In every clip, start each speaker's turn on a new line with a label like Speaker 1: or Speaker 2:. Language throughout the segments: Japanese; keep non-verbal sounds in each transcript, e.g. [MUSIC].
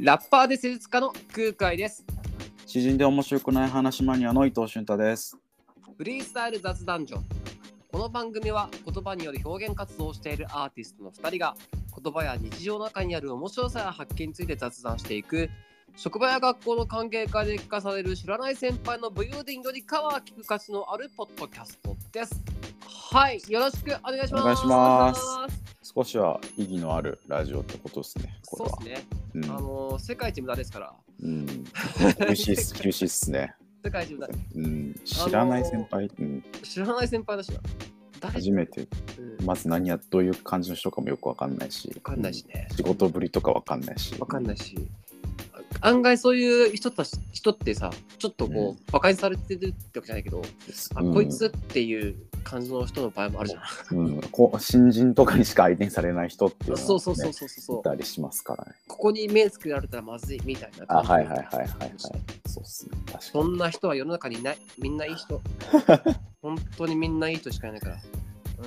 Speaker 1: ラッパーで施術家の空海です。
Speaker 2: 詩人で面白くない話マニアの伊藤俊太です。
Speaker 1: フリースタイル雑談所。この番組は言葉による表現活動をしているアーティストの2人が言葉や日常の中にある面白さや発見について雑談していく職場や学校の歓迎会で聞かされる知らない先輩の武勇伝よりかは聞く価値のあるポッドキャストです。はい、よろしくお願いします。
Speaker 2: お願いします少しは意義のあるラジオってことですね。こ
Speaker 1: そう
Speaker 2: れは。
Speaker 1: ですね。
Speaker 2: う
Speaker 1: あの世界一無駄です
Speaker 2: [LAUGHS]
Speaker 1: から。
Speaker 2: ん。うん。厳しいっ
Speaker 1: [LAUGHS]
Speaker 2: す。厳しいっすね。
Speaker 1: 世界一無駄。
Speaker 2: うん。知らない先輩。うん。
Speaker 1: 知らない先輩だしな。誰
Speaker 2: 初めて。
Speaker 1: うん
Speaker 2: まず何や、どういう感じの人かもよくわかんないし。わ
Speaker 1: わかんないし。ね。
Speaker 2: 仕事ぶりとかわかんないし。
Speaker 1: わかん
Speaker 2: い。
Speaker 1: ないし。案外そういう人たち人ってさ、ちょっとこう、
Speaker 2: うん
Speaker 1: 馬鹿にされてるってわけじゃないけど、あ、
Speaker 2: うん
Speaker 1: こいつっていう感じの人の場合もあるじゃない。
Speaker 2: うん。こう新人とかにしか相手にされない人っていうのがね
Speaker 1: [LAUGHS] そうそうそうそうそう。
Speaker 2: いたりしますからね。
Speaker 1: ここに目つけられたらまずいみたいな
Speaker 2: あ、
Speaker 1: 感じ
Speaker 2: はいはいはいはいはい。そうっすね。確か
Speaker 1: そんな人は世の中にいない。みんないい
Speaker 2: [LAUGHS]
Speaker 1: 人。本当にみんないい人しかいないから。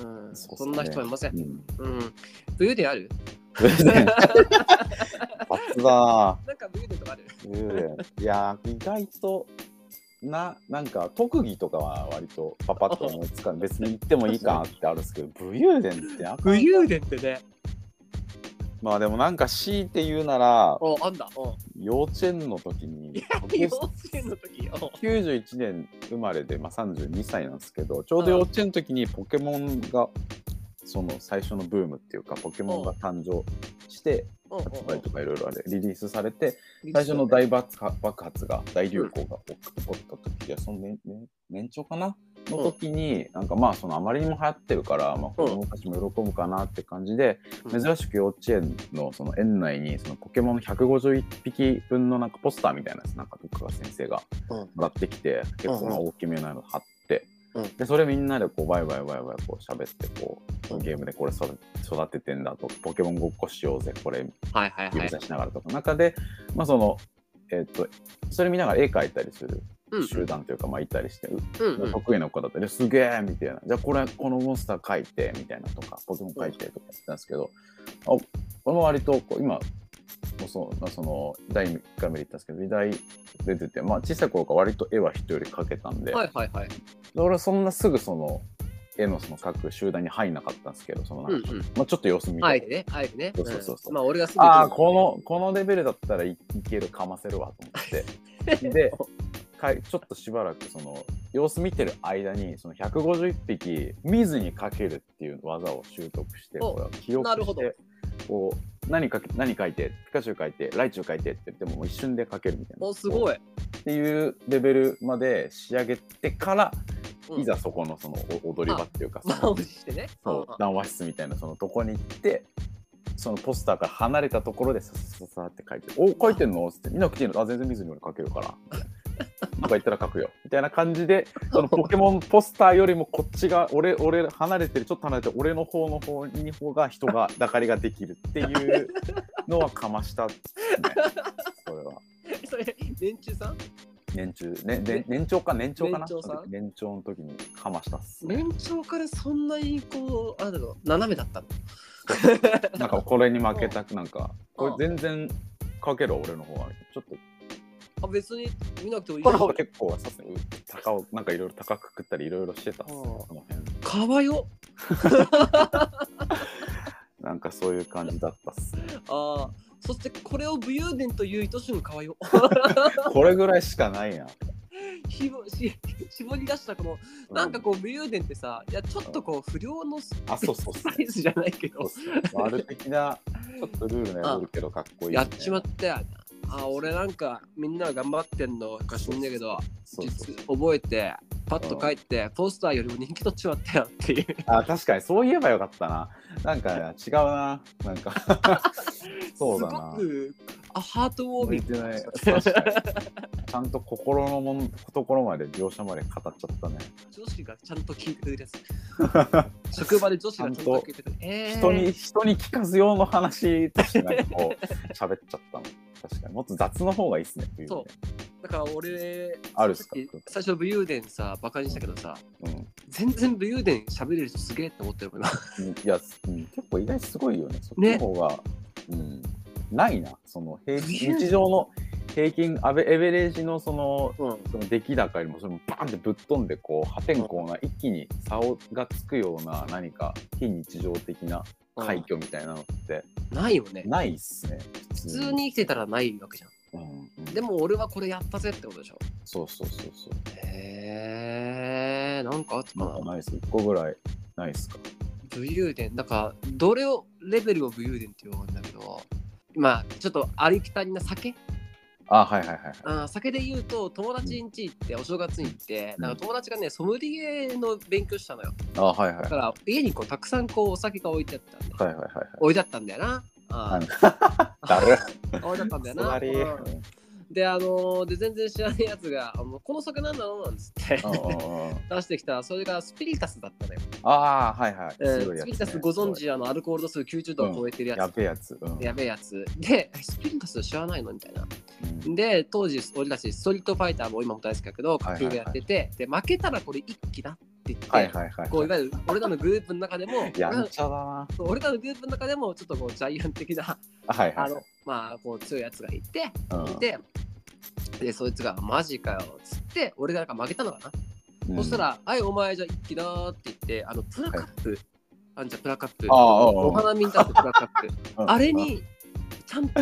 Speaker 1: うん、
Speaker 2: そうっす
Speaker 1: そ
Speaker 2: ね
Speaker 1: んな人はいません。
Speaker 2: に。うん。
Speaker 1: うん。冬である
Speaker 2: [LAUGHS] 初だ。
Speaker 1: なんか冬でとかある
Speaker 2: 幽霊いやー意外とななんか特技とかは割とパパッと思いつかん別に行ってもいいかなってあるんですけど [LAUGHS] 武勇伝ってなかなか
Speaker 1: でってね。
Speaker 2: まあでもなんか強いて言うなら
Speaker 1: おあんだ。お
Speaker 2: 幼稚園の時に
Speaker 1: 幼稚園の時。お
Speaker 2: 91年生まれで、まあ、32歳なんですけどちょうど幼稚園の時にポケモンがその最初のブームっていうかポケモンが誕生して
Speaker 1: お
Speaker 2: 発売とかいろいろあれリリースされて最
Speaker 1: 最
Speaker 2: 初の大爆発爆発が大流行が起こった時で、その年年年長かなの時に、なんかまあそのあまりにも流行ってるから、まあ、子供たちも喜ぶかなって感じで、
Speaker 1: うん
Speaker 2: 珍しく幼稚園のその園内にそのポケモンの151匹分のなんかポスターみたいなやつなんかどっかが先生が
Speaker 1: うん
Speaker 2: もらってきて、結構まあ
Speaker 1: うん
Speaker 2: 大きめなの貼って。
Speaker 1: うん
Speaker 2: でそれみんなでこうワイワイワイワイこう喋ってこうゲームでこれ育て育ててんだとポケモンごっこしようぜこれ
Speaker 1: はいはいは
Speaker 2: 指
Speaker 1: い。
Speaker 2: 差しながらとか、中で、まあそのえっとそれ見ながら絵描いたりする
Speaker 1: うん
Speaker 2: 集団というか、まあいたりして、う
Speaker 1: うんうん
Speaker 2: 得意な子だったりすげえみたいなじゃあこれこのモンスター描いてみたいなとかポケモン描いてとかやってたんですけど、あこれも割とこう今もうそまあその第1回目で言ったんですけど美大出てて、まあ、小さい頃から割と絵は人より描けたんで、
Speaker 1: はいはいはい。
Speaker 2: 俺はそんなすぐその絵のその描く集団に入んなかったんですけどそのなんか
Speaker 1: うんうん
Speaker 2: まあ、ちょっと様子見て。
Speaker 1: あえてね、あえてね。
Speaker 2: そうそうそうそうん
Speaker 1: まあ俺がすぐ
Speaker 2: ああこのこのレベルだったらいいけるかませるわと思って [LAUGHS] でかいちょっとしばらくその様子見てる間にその151匹見ずにかけるっていう技を習得して
Speaker 1: お
Speaker 2: これは記
Speaker 1: [LAUGHS]
Speaker 2: 憶
Speaker 1: なるほ
Speaker 2: し
Speaker 1: ど
Speaker 2: てこう何かけ何書いてピカチュウ書いてライチュウ書いてって言ってもう一瞬で書けるみたいな
Speaker 1: おすご
Speaker 2: い
Speaker 1: い。
Speaker 2: っていうレベルまで仕上げてから、
Speaker 1: うん
Speaker 2: いざそこのそのお踊り場っていうかその
Speaker 1: 満を持してね。
Speaker 2: そう談話室みたいなそのとこに行ってそのポスターから離れたところでささささって書いて「お書いてんの?」っつって「見なくていいのあ全然見ずに俺書けるから」みたいな「なんか言ったら書くよ」みたいな感じでそのポケモンポスターよりもこっちが俺俺離れてるちょっと離れてる俺の方の方に方が人がだかりができるっていうのはかましたっすねそれは。
Speaker 1: うん [LAUGHS] それ、年中さん
Speaker 2: 年中、ね、ね年長か年長かな
Speaker 1: 年長さん
Speaker 2: 年長の時にかましたっすね
Speaker 1: 年長からそんなにこう、あの、斜めだったの。
Speaker 2: なんかこれに負けたくなんか
Speaker 1: うん
Speaker 2: これ全然かける俺の方はちょっと
Speaker 1: あ別に見なくてもいい
Speaker 2: この方が結構さすがに高をなんかいろいろ高く食ったりいろいろしてたっすね
Speaker 1: うん
Speaker 2: その辺
Speaker 1: かわよ。
Speaker 2: なんかそういう感じだったっす
Speaker 1: [LAUGHS]
Speaker 2: ね
Speaker 1: ああ。そしてこれを武勇伝という糸のかわよ。 [LAUGHS]
Speaker 2: これぐらいしかないや
Speaker 1: ひぼし絞り出したこのなんかこう武勇伝ってさいやちょっとこう不良のス
Speaker 2: あそうそうそ
Speaker 1: サ
Speaker 2: う
Speaker 1: イズじゃないけ
Speaker 2: そうっ
Speaker 1: ど
Speaker 2: すね悪的なちょっとルールの破るけどかっこいい、ね、
Speaker 1: やっちまったよあ俺なんかみんなが頑張ってんのか知んねえけど
Speaker 2: そうそう
Speaker 1: 実覚えてパッと書いてポスターよりも人気取っちまったよっていう
Speaker 2: あ確かにそう言えばよかったななんかね違うななんかそうだな
Speaker 1: すごくあハートウォー
Speaker 2: 向
Speaker 1: ミ
Speaker 2: い
Speaker 1: ン
Speaker 2: て
Speaker 1: グ
Speaker 2: ない確かに [LAUGHS] ちゃんと心のもんところまで描写まで語っちゃったね
Speaker 1: 女子がちゃんと聞いてくれるや
Speaker 2: [LAUGHS]
Speaker 1: つ職場で女子がちゃんと聞いてくれるえー
Speaker 2: 人に人に聞かず用の話としてなんかこう喋っちゃったの確かにもっと雑の方がいいですねっていうね
Speaker 1: そだから俺
Speaker 2: あるっす
Speaker 1: さ
Speaker 2: か
Speaker 1: き最初の武勇伝さバカにしたけどさ
Speaker 2: うん
Speaker 1: 全然武勇伝喋れる人すげえって思ってるかな
Speaker 2: うんいや、うん結構意外とすごいよねそっち
Speaker 1: ね
Speaker 2: の方が、うんないなその平均日常の平均アベエベレージのその
Speaker 1: うん
Speaker 2: その出来高よりもそれもバーンってぶっ飛んでこう破天荒な一気に差をがつくような何か非日常的な快挙みたいなのって
Speaker 1: ないよね
Speaker 2: ないっすね
Speaker 1: 普通、に生きてたらないわけじゃん
Speaker 2: うんうん
Speaker 1: でも俺はこれやったぜってことでしょ
Speaker 2: そうそうそうそう
Speaker 1: へえんかあったか
Speaker 2: な
Speaker 1: なん
Speaker 2: かないっす1個ぐらいないっすか
Speaker 1: 武勇伝だからどれをレベルを武勇伝って言うんだけどまあちょっとありきたりな酒
Speaker 2: あはいはいはいはい
Speaker 1: あー酒で言うと友達ん家行ってお正月に行ってなんか友達がねソムリエの勉強したのよ
Speaker 2: あはいはい
Speaker 1: だから家にこうたくさんこうお酒が置いてあったんで
Speaker 2: はいはいはいはい
Speaker 1: 置いてあったんだよなあ
Speaker 2: だる
Speaker 1: ー置いてあったんだよな
Speaker 2: 座りうん
Speaker 1: うんであのーで全然知らないやつがあの「この酒なんだろう?」なんつって
Speaker 2: うんうんうん
Speaker 1: [LAUGHS] 出してきたらそれがスピリタスだったのよ、
Speaker 2: あーはいはい、
Speaker 1: えー
Speaker 2: すごいや
Speaker 1: ス
Speaker 2: つ
Speaker 1: ピ
Speaker 2: ね
Speaker 1: リタスご存知あのアルコール度数90度を超えてるや
Speaker 2: や
Speaker 1: つ、
Speaker 2: べえやつ、うん
Speaker 1: やべえやつでスピリタス知らないのみたいな
Speaker 2: うん
Speaker 1: で当時俺たちストリートファイターも今も大好きだけど
Speaker 2: はいはい
Speaker 1: 格闘やってて、で負けたらこれ一気だって言って、
Speaker 2: はいはいはい
Speaker 1: こういわゆる俺らのグループの中でも
Speaker 2: やんちゃだな
Speaker 1: 俺らのグループの中でもちょっとこうジャイアン的な
Speaker 2: はいは
Speaker 1: あ
Speaker 2: い
Speaker 1: のまあこう強いやつがいて
Speaker 2: はい
Speaker 1: いて、でそいつが「マジかよ」っつって俺がなんか負けたのかな、
Speaker 2: うん
Speaker 1: そしたら「はいお前じゃ一気だ」って言ってあのプラカップ、あんじゃんプラカップ
Speaker 2: ああああ
Speaker 1: お花見に立ってプラカッ
Speaker 2: [LAUGHS]
Speaker 1: プ
Speaker 2: うん
Speaker 1: あれにちゃんと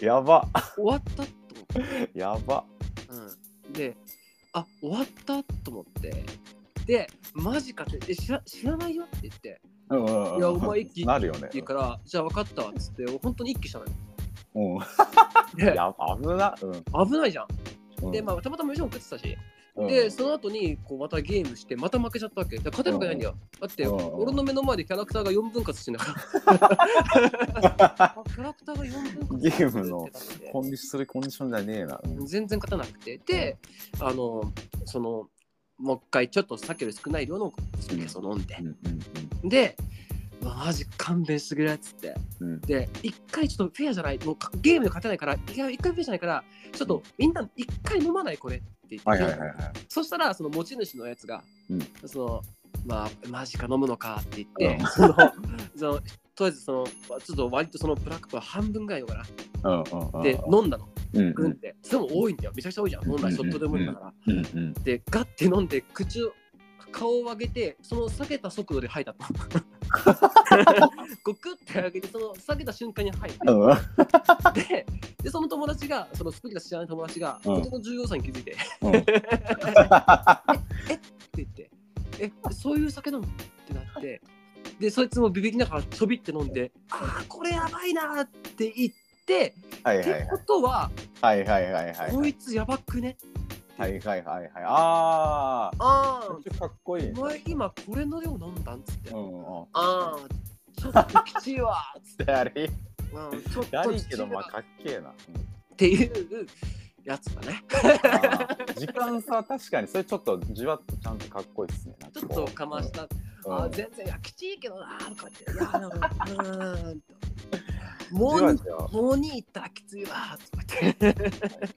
Speaker 2: やば
Speaker 1: 終わったと思って。
Speaker 2: やば
Speaker 1: うん、であ終わったと思ってでマジかってえ知ら知らないよって言って
Speaker 2: うんうんうん
Speaker 1: いやお前一気
Speaker 2: なるよね
Speaker 1: 言うからじゃあ分かったわっつって本当に一気したのよ [LAUGHS]
Speaker 2: うん
Speaker 1: で
Speaker 2: や危なうん
Speaker 1: 危ないじゃん、
Speaker 2: うん
Speaker 1: でまあたまたま飯も食ってたし、
Speaker 2: うん
Speaker 1: でその後にこうまたゲームしてまた負けちゃったわけだから勝てるわけないんだよ、だって、
Speaker 2: うん
Speaker 1: 俺の目の前でキャラクターが4分割してん
Speaker 2: [LAUGHS]
Speaker 1: だからあキャラクターが4分割して
Speaker 2: ゲームの
Speaker 1: たんで
Speaker 2: コンディションするコンディションじゃねえなうん
Speaker 1: 全然勝たなくてであのそのもう一回ちょっとさっきより少ない量のスピリカスを飲んで
Speaker 2: う、ん
Speaker 1: で、うわマジ勘弁してくれっつって。
Speaker 2: うんうん
Speaker 1: で、一回ちょっとフェアじゃない、もうかゲームで勝てないから、いや一回フェアじゃないから、ちょっ
Speaker 2: う
Speaker 1: と
Speaker 2: ん
Speaker 1: みんな一回飲まないこれって言って、
Speaker 2: はいはいはいはい
Speaker 1: そしたらその持ち主のやつが、
Speaker 2: うん
Speaker 1: その、まあ、マジか飲むのかって言って、
Speaker 2: うん
Speaker 1: その、そのとりあえずその、ちょっと割とそのブラックは半分ぐらいのか
Speaker 2: うんうんうん
Speaker 1: な。で、飲んだの、
Speaker 2: うん
Speaker 1: グンって。それも多いんだよ、めちゃくちゃ多いじゃん、本来ショットでもいいんだから。
Speaker 2: うんうん
Speaker 1: で、ガッて飲んで、口を、顔を上げて、その下げた速度で吐いたの。ゴクって上げて、その下げた瞬間に吐い
Speaker 2: うんうん
Speaker 1: て、で、でその友達が、そのスプリが知らない友達が、
Speaker 2: うん
Speaker 1: 男の重要さに気づいて、 [LAUGHS] って
Speaker 2: うん
Speaker 1: 言って、え、そういう酒飲むってなって、で、そいつもビビりながらちょびって飲んで、ああ、これやばいなーって言って、
Speaker 2: はい
Speaker 1: っ
Speaker 2: はい
Speaker 1: てことは、
Speaker 2: はいはいはいはいはい
Speaker 1: こいつやばくね
Speaker 2: はいはいはいはい
Speaker 1: ああ
Speaker 2: ああめっ、ちゃかっこいい
Speaker 1: お前今これの量飲んだんっつって。
Speaker 2: うんうんうん
Speaker 1: ああ、ちょっときちいわーっつって、
Speaker 2: だり
Speaker 1: うん、ちょっ
Speaker 2: だ
Speaker 1: と
Speaker 2: り
Speaker 1: きち
Speaker 2: け
Speaker 1: いわ
Speaker 2: どまあかっけえなうん
Speaker 1: っていうやつだね。
Speaker 2: あー時間差確かにそれちょっとじわっとちゃんとかっこいいですねなん
Speaker 1: ち
Speaker 2: こ
Speaker 1: ょっ
Speaker 2: う
Speaker 1: とかました。
Speaker 2: うん
Speaker 1: あ
Speaker 2: う
Speaker 1: ー
Speaker 2: ん
Speaker 1: 全然、いや、きちいけどなーとかって。いやーでもうーんともう
Speaker 2: じわじ
Speaker 1: に、
Speaker 2: わ
Speaker 1: もうに行ったらきついわーとかって。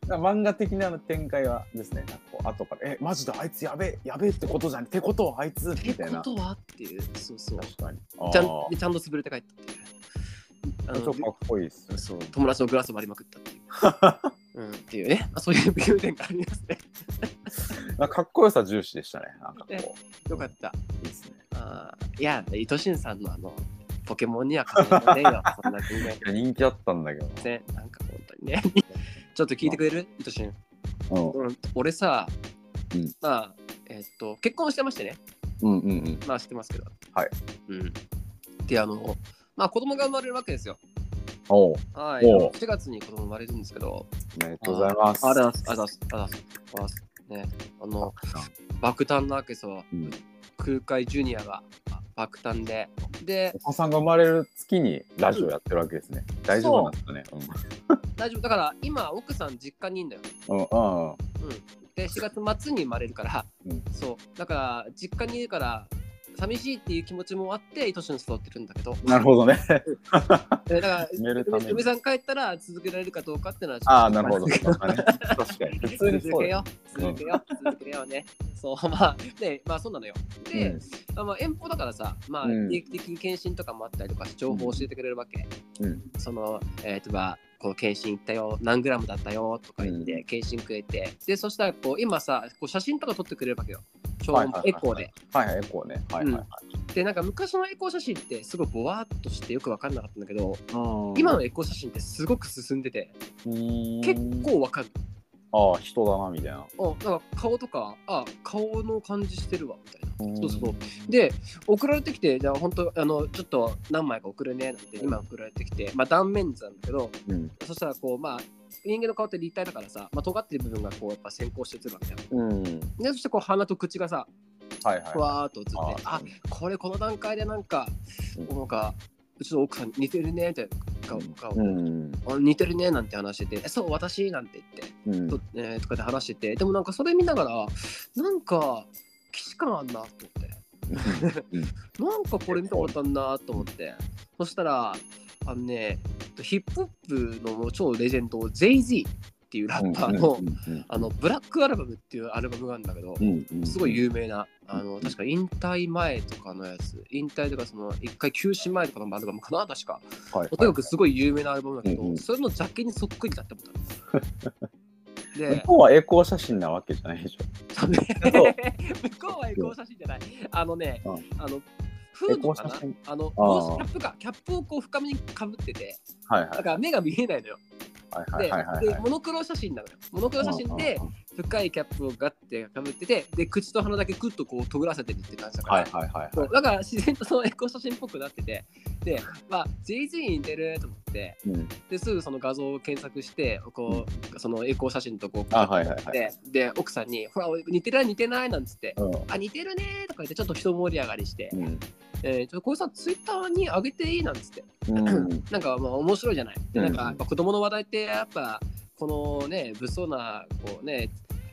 Speaker 2: 漫画的な展開はですねなんかこう後から「えマジだあいつやべえやべえってことじゃんってことはあいつ」み
Speaker 1: え、
Speaker 2: たいな
Speaker 1: ことはっていう、そうそう。
Speaker 2: 確かに
Speaker 1: ちゃん
Speaker 2: あ
Speaker 1: でちゃんと潰れて帰ったっていう。あ
Speaker 2: ーちょ
Speaker 1: の
Speaker 2: っとかっこいいですね
Speaker 1: そう友達のグラス割りまくった
Speaker 2: [LAUGHS]
Speaker 1: っていう。うん、っていうね、まあ、そういう武勇伝がありますね。
Speaker 2: なんかかっこよさ重視でしたねなんかこう
Speaker 1: ねよかった。
Speaker 2: いいですね
Speaker 1: あーいや、いとしんさんのあの、ポケモンには勝てませんよ。そんな全然。
Speaker 2: いや人気あったんだけどな
Speaker 1: ねなんか本当にね。 [LAUGHS] ちょっと聞いてくれるいとしん。
Speaker 2: うん
Speaker 1: うん俺さ、
Speaker 2: うん
Speaker 1: まあ、えっと、結婚してましてね。
Speaker 2: うんうんうん
Speaker 1: まあ、知ってますけど。
Speaker 2: はい。
Speaker 1: うん。で、あの、まあ、子供が生まれるわけですよ。
Speaker 2: おう
Speaker 1: はい。
Speaker 2: おう
Speaker 1: 4月に子供生まれるんですけど。
Speaker 2: おめでとうございます
Speaker 1: ありがとうございます。ありがとうございます。ありがとうございます。ね。あの、爆誕なわけですよ。
Speaker 2: うん
Speaker 1: 空海ジュニアがあ爆誕で。で、
Speaker 2: お子さんが生まれる月にラジオやってるわけですね大丈夫なんですかね
Speaker 1: 大丈夫。だから、今、奥さん実家にいんだよ。
Speaker 2: うんうんうんうん
Speaker 1: うん、で4月末に生まれるから、
Speaker 2: うん
Speaker 1: そうだから実家にいるから寂しいっていう気持ちもあって愛しの集ってるんだけど
Speaker 2: なるほどね。
Speaker 1: えだから
Speaker 2: 決めるため
Speaker 1: 嫁
Speaker 2: に
Speaker 1: 嫁さん帰ったら続けられるかどうかっていうのは
Speaker 2: [LAUGHS] ああ、なるほど。
Speaker 1: ちょっと
Speaker 2: [LAUGHS] 確かに。普通
Speaker 1: 続
Speaker 2: にそう
Speaker 1: け
Speaker 2: だよ。
Speaker 1: よう続けよう続けようねそう [LAUGHS] まあでまあそうなのよで、あまあ、遠方だからさ、まあ、
Speaker 2: うん
Speaker 1: 定期的に検診とかもあったりとかして情報を教えてくれるわけ、
Speaker 2: うん
Speaker 1: そのえー、とまあこう検診行ったよ何グラムだったよとか言って、検診くれてでそしたらこう今さこう写真とか撮ってくれるわけよ超
Speaker 2: はいはいはいはい
Speaker 1: エコーで
Speaker 2: はいはい、エコーね。はいはいはい。
Speaker 1: でなんか昔のエコー写真ってすごいボワーっとしてよく分かんなかったんだけど、今
Speaker 2: 今
Speaker 1: のエコー写真ってすごく進んでて結構分かる、
Speaker 2: 構ああ人だなみたいな
Speaker 1: うん、なんか顔とかあ顔の感じしてるわみたいな
Speaker 2: うん
Speaker 1: そうそうで送られてきてじゃあ本当あのちょっと何枚か送るねなんて今送られてきてまあ断面図なんだけど
Speaker 2: うん
Speaker 1: そしたらこうまあ人間の顔って立体だからさ、まあ、尖ってる部分がこうやっぱ先行して映るわけじゃん
Speaker 2: うん
Speaker 1: でそしてこう鼻と口がさ
Speaker 2: はいはい
Speaker 1: わーっと映って、
Speaker 2: あ
Speaker 1: あこれこの段階でなんか、
Speaker 2: うん
Speaker 1: なんかうちの奥さんに似てるねみたいな顔顔、
Speaker 2: うん
Speaker 1: あ似てるねなんて話しててえそう私なんて言って
Speaker 2: うん
Speaker 1: と,、えーとかで話しててでもなんかそれ見ながらなんか既視感あんなと思って。 [LAUGHS] なんかこれ見たことあんなと思って。そしたら、あのね、ヒップホップの超レジェンド、ゼイ・ゼーっていうラッパーの、あの、ブラックアルバムっていうアルバムがあるんだけど、すごい有名な、あの、確か引退前とかのやつ、引退とかその、一回休止前とかのアルバムかな、確か。
Speaker 2: はい
Speaker 1: とにかくすごい有名なアルバムだけ
Speaker 2: うんう
Speaker 1: ど、
Speaker 2: ん
Speaker 1: それのジャケにそっくりだって思った [LAUGHS] の。
Speaker 2: 向
Speaker 1: で、
Speaker 2: こうはエコー写真なわけじゃないでし
Speaker 1: [LAUGHS] 向こうはエコー写真じゃない。あのね、
Speaker 2: うん
Speaker 1: あの、フードか
Speaker 2: エコー
Speaker 1: な
Speaker 2: 写真
Speaker 1: あの、
Speaker 2: あ
Speaker 1: 帽子
Speaker 2: ー
Speaker 1: キャップか、キャップをこう深めにかぶってて、
Speaker 2: ょはいは
Speaker 1: だから目が見えないのよ。
Speaker 2: いは
Speaker 1: で、
Speaker 2: いはいはい
Speaker 1: でモノクロ写真なのよ。モノクロ写真で、深いキャップをガッてかぶってて、で、口と鼻だけグッとこう、とぐらせてるって感じだから。
Speaker 2: はいはいはい
Speaker 1: そうだから自然とそのエコー写真っぽくなってて、で、まあ、JG に似てると思って、ですぐその画像を検索して、こう、そのエコー写真とこう、
Speaker 2: あはいはいはい
Speaker 1: でで、奥さんに、ほら、似てる似てないなんつって、あ、似てるねーとか言って、ちょっと人盛り上がりして、えー、ちょこいつはツイッターに上げていいなんつって、 [LAUGHS] なんかまあ面白いじゃない。で
Speaker 2: うん
Speaker 1: なんかやっぱ子供の話題ってやっぱこのね物騒なこうね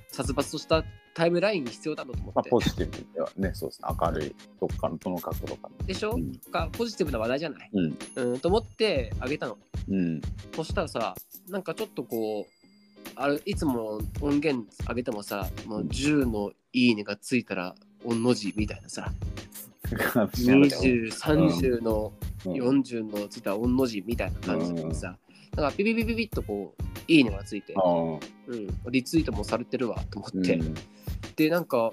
Speaker 1: 殺伐としたタイムラインに必要だろうと思
Speaker 2: まあ
Speaker 1: って。
Speaker 2: ポジティブではねそうですね明るいどっかのどの角度か
Speaker 1: でしょ、
Speaker 2: う
Speaker 1: なん
Speaker 2: ん
Speaker 1: かポジティブな話題じゃない。
Speaker 2: うん
Speaker 1: うんと思ってあげたの。
Speaker 2: うん
Speaker 1: そしたらさなんかちょっとこうあれいつも音源上げてもさもう10の「いいね」がついたら御の字みたいなさ2030の40のついたら御の字みたいな感じでさ、なんかビビビビビッとこう「いいね」がついて。うん、リツイートもされてるわと思って、でなんか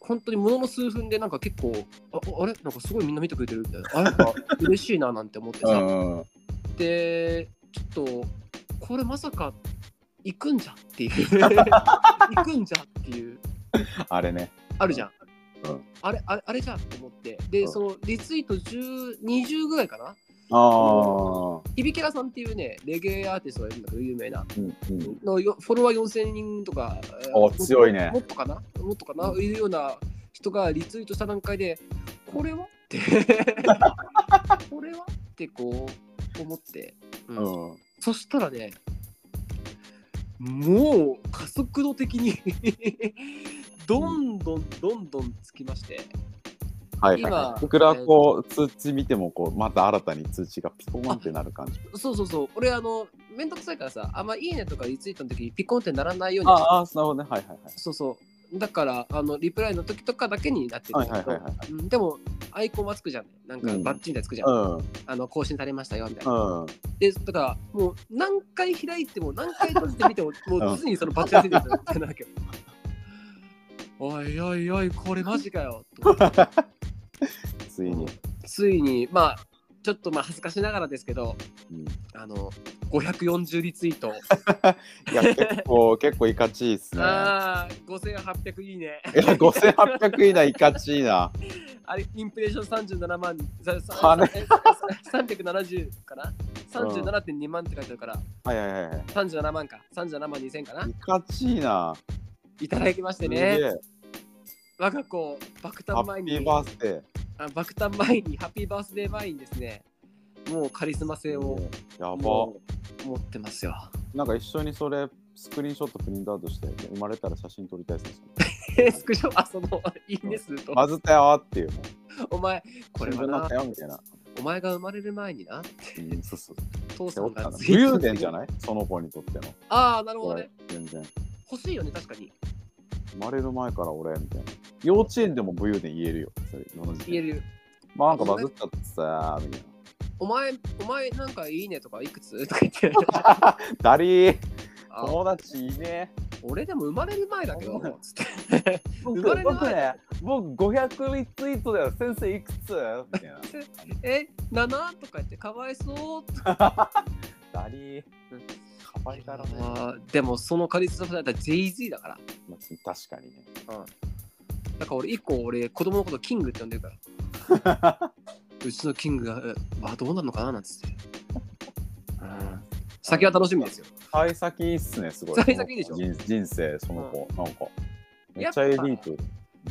Speaker 1: 本当にものの数分でなんか結構ああれなんかすごいみんな見てくれてるみたいなあなんか嬉しいななんて思ってさ、でちょっとこれまさか行くんじゃって
Speaker 2: [LAUGHS]
Speaker 1: いう行くんじゃっていう
Speaker 2: あれね
Speaker 1: あるじゃん、
Speaker 2: うん
Speaker 1: あれあれあれじゃんと思ってで、
Speaker 2: うん
Speaker 1: そのリツイート10 20ぐらいかな
Speaker 2: ああ
Speaker 1: 響キラさんっていうねレゲエアーティストがいるんだけど有名な
Speaker 2: うんうん
Speaker 1: のよフォロワー4000人とか、えー
Speaker 2: お
Speaker 1: もっと
Speaker 2: 強いね
Speaker 1: もっとかな、もっとかな、
Speaker 2: うん
Speaker 1: いるような人がリツイートした段階で、これは
Speaker 2: [LAUGHS]
Speaker 1: って、これはってこう思って、うん
Speaker 2: うん
Speaker 1: そしたらね、もう加速度的に [LAUGHS] どんどんどんどんつきまして、
Speaker 2: はいはいは
Speaker 1: 今
Speaker 2: い。僕らこう通知見てもこうまた新たに通知がピコーンってなる感じ。
Speaker 1: そうそうそう、俺、あの、めんどくさいからさ、あんまいいねとかリツイートの時にピコンってならないようにして
Speaker 2: ああなるほどねはいはいはい。
Speaker 1: そうそう。だから、あの、リプライの時とかだけになってるんだけ
Speaker 2: はいはいはいは
Speaker 1: ど、うんでも、アイコンはつくじゃん。なんか
Speaker 2: う、ん
Speaker 1: バッチリでつくじゃん。
Speaker 2: うん
Speaker 1: あの、更新されましたよ、みたいな。
Speaker 2: うん
Speaker 1: で、だから、もう、何回開いても、何回閉じてみて
Speaker 2: [LAUGHS]
Speaker 1: も、もう、常にそのバッチリついてるみたいなわけよ。おいおいおい、これマジかよ。と思って
Speaker 2: ついに。
Speaker 1: ついに、まあ、ちょっとまあ、恥ずかしながらですけど、
Speaker 2: うん
Speaker 1: あの、540リツイート。
Speaker 2: いや結構 [LAUGHS] 結構いかちいですね。
Speaker 1: ああ、5800いいね。
Speaker 2: いや五千八百以内いかちいな。
Speaker 1: あれ、インプレーション37万、ささ
Speaker 2: 金
Speaker 1: え370かな ?37.2 万って書いてあるから、
Speaker 2: はいはいはいは。
Speaker 1: 37万か、37万2000かない
Speaker 2: いかちいな。
Speaker 1: いただきまして
Speaker 2: すげ
Speaker 1: ね、
Speaker 2: え。
Speaker 1: 我が子、爆
Speaker 2: ハ
Speaker 1: 誕前
Speaker 2: ッピ
Speaker 1: に
Speaker 2: ー、バースデー。
Speaker 1: あ爆誕前に、ハッピーバースデー前にですね、もうカリスマ性を
Speaker 2: やば。
Speaker 1: もう持ってますよ。
Speaker 2: なんか一緒にそれスクリーンショットプリントアウトして生まれたら写真撮りたいですね。
Speaker 1: えスクショあそのいいねすると
Speaker 2: [LAUGHS] バズったよーっていう。
Speaker 1: お前これ
Speaker 2: 新
Speaker 1: は
Speaker 2: 聞にな
Speaker 1: な
Speaker 2: ったよみたいな。
Speaker 1: お前が生まれる前にな
Speaker 2: うんそうそう。
Speaker 1: [LAUGHS] 父さ
Speaker 2: 背負
Speaker 1: ん
Speaker 2: った
Speaker 1: が
Speaker 2: の。武勇伝
Speaker 1: 伝
Speaker 2: じゃないその子にとっての。
Speaker 1: ああなるほど
Speaker 2: これ
Speaker 1: ね
Speaker 2: 全然。
Speaker 1: 欲しいよね確かに
Speaker 2: 生まれる前から俺みたいな。幼稚園でも武勇伝言えるよ。それどの時点
Speaker 1: 言える
Speaker 2: まあなんかバズったってさーみたいな。
Speaker 1: お前お前なんかいいねとかいくつとか言
Speaker 2: [LAUGHS]
Speaker 1: って
Speaker 2: ダリー
Speaker 1: あ
Speaker 2: 友達いね
Speaker 1: 俺でも生まれる前だけど
Speaker 2: うん
Speaker 1: つって
Speaker 2: 僕
Speaker 1: 生まれる前
Speaker 2: 僕ね僕500リツイートだよ先生いくつみたいな
Speaker 1: え7とか言ってかわいそうとか
Speaker 2: ダリー
Speaker 1: うん
Speaker 2: かわいがらない、ま
Speaker 1: あーでもそのカリスマだったら JZ だから
Speaker 2: あ、確かにね
Speaker 1: だから俺一個俺子供のことキングって呼んでるから
Speaker 2: [LAUGHS]
Speaker 1: うちのキングが、えまあ、どうなるのかななんつって。うん先は楽しみですよ。
Speaker 2: 幸先いいっすねすごい
Speaker 1: 幸先いいでしょ
Speaker 2: 人人生その子、なんかめっちゃエ
Speaker 1: やっ
Speaker 2: リ
Speaker 1: ぱ
Speaker 2: ート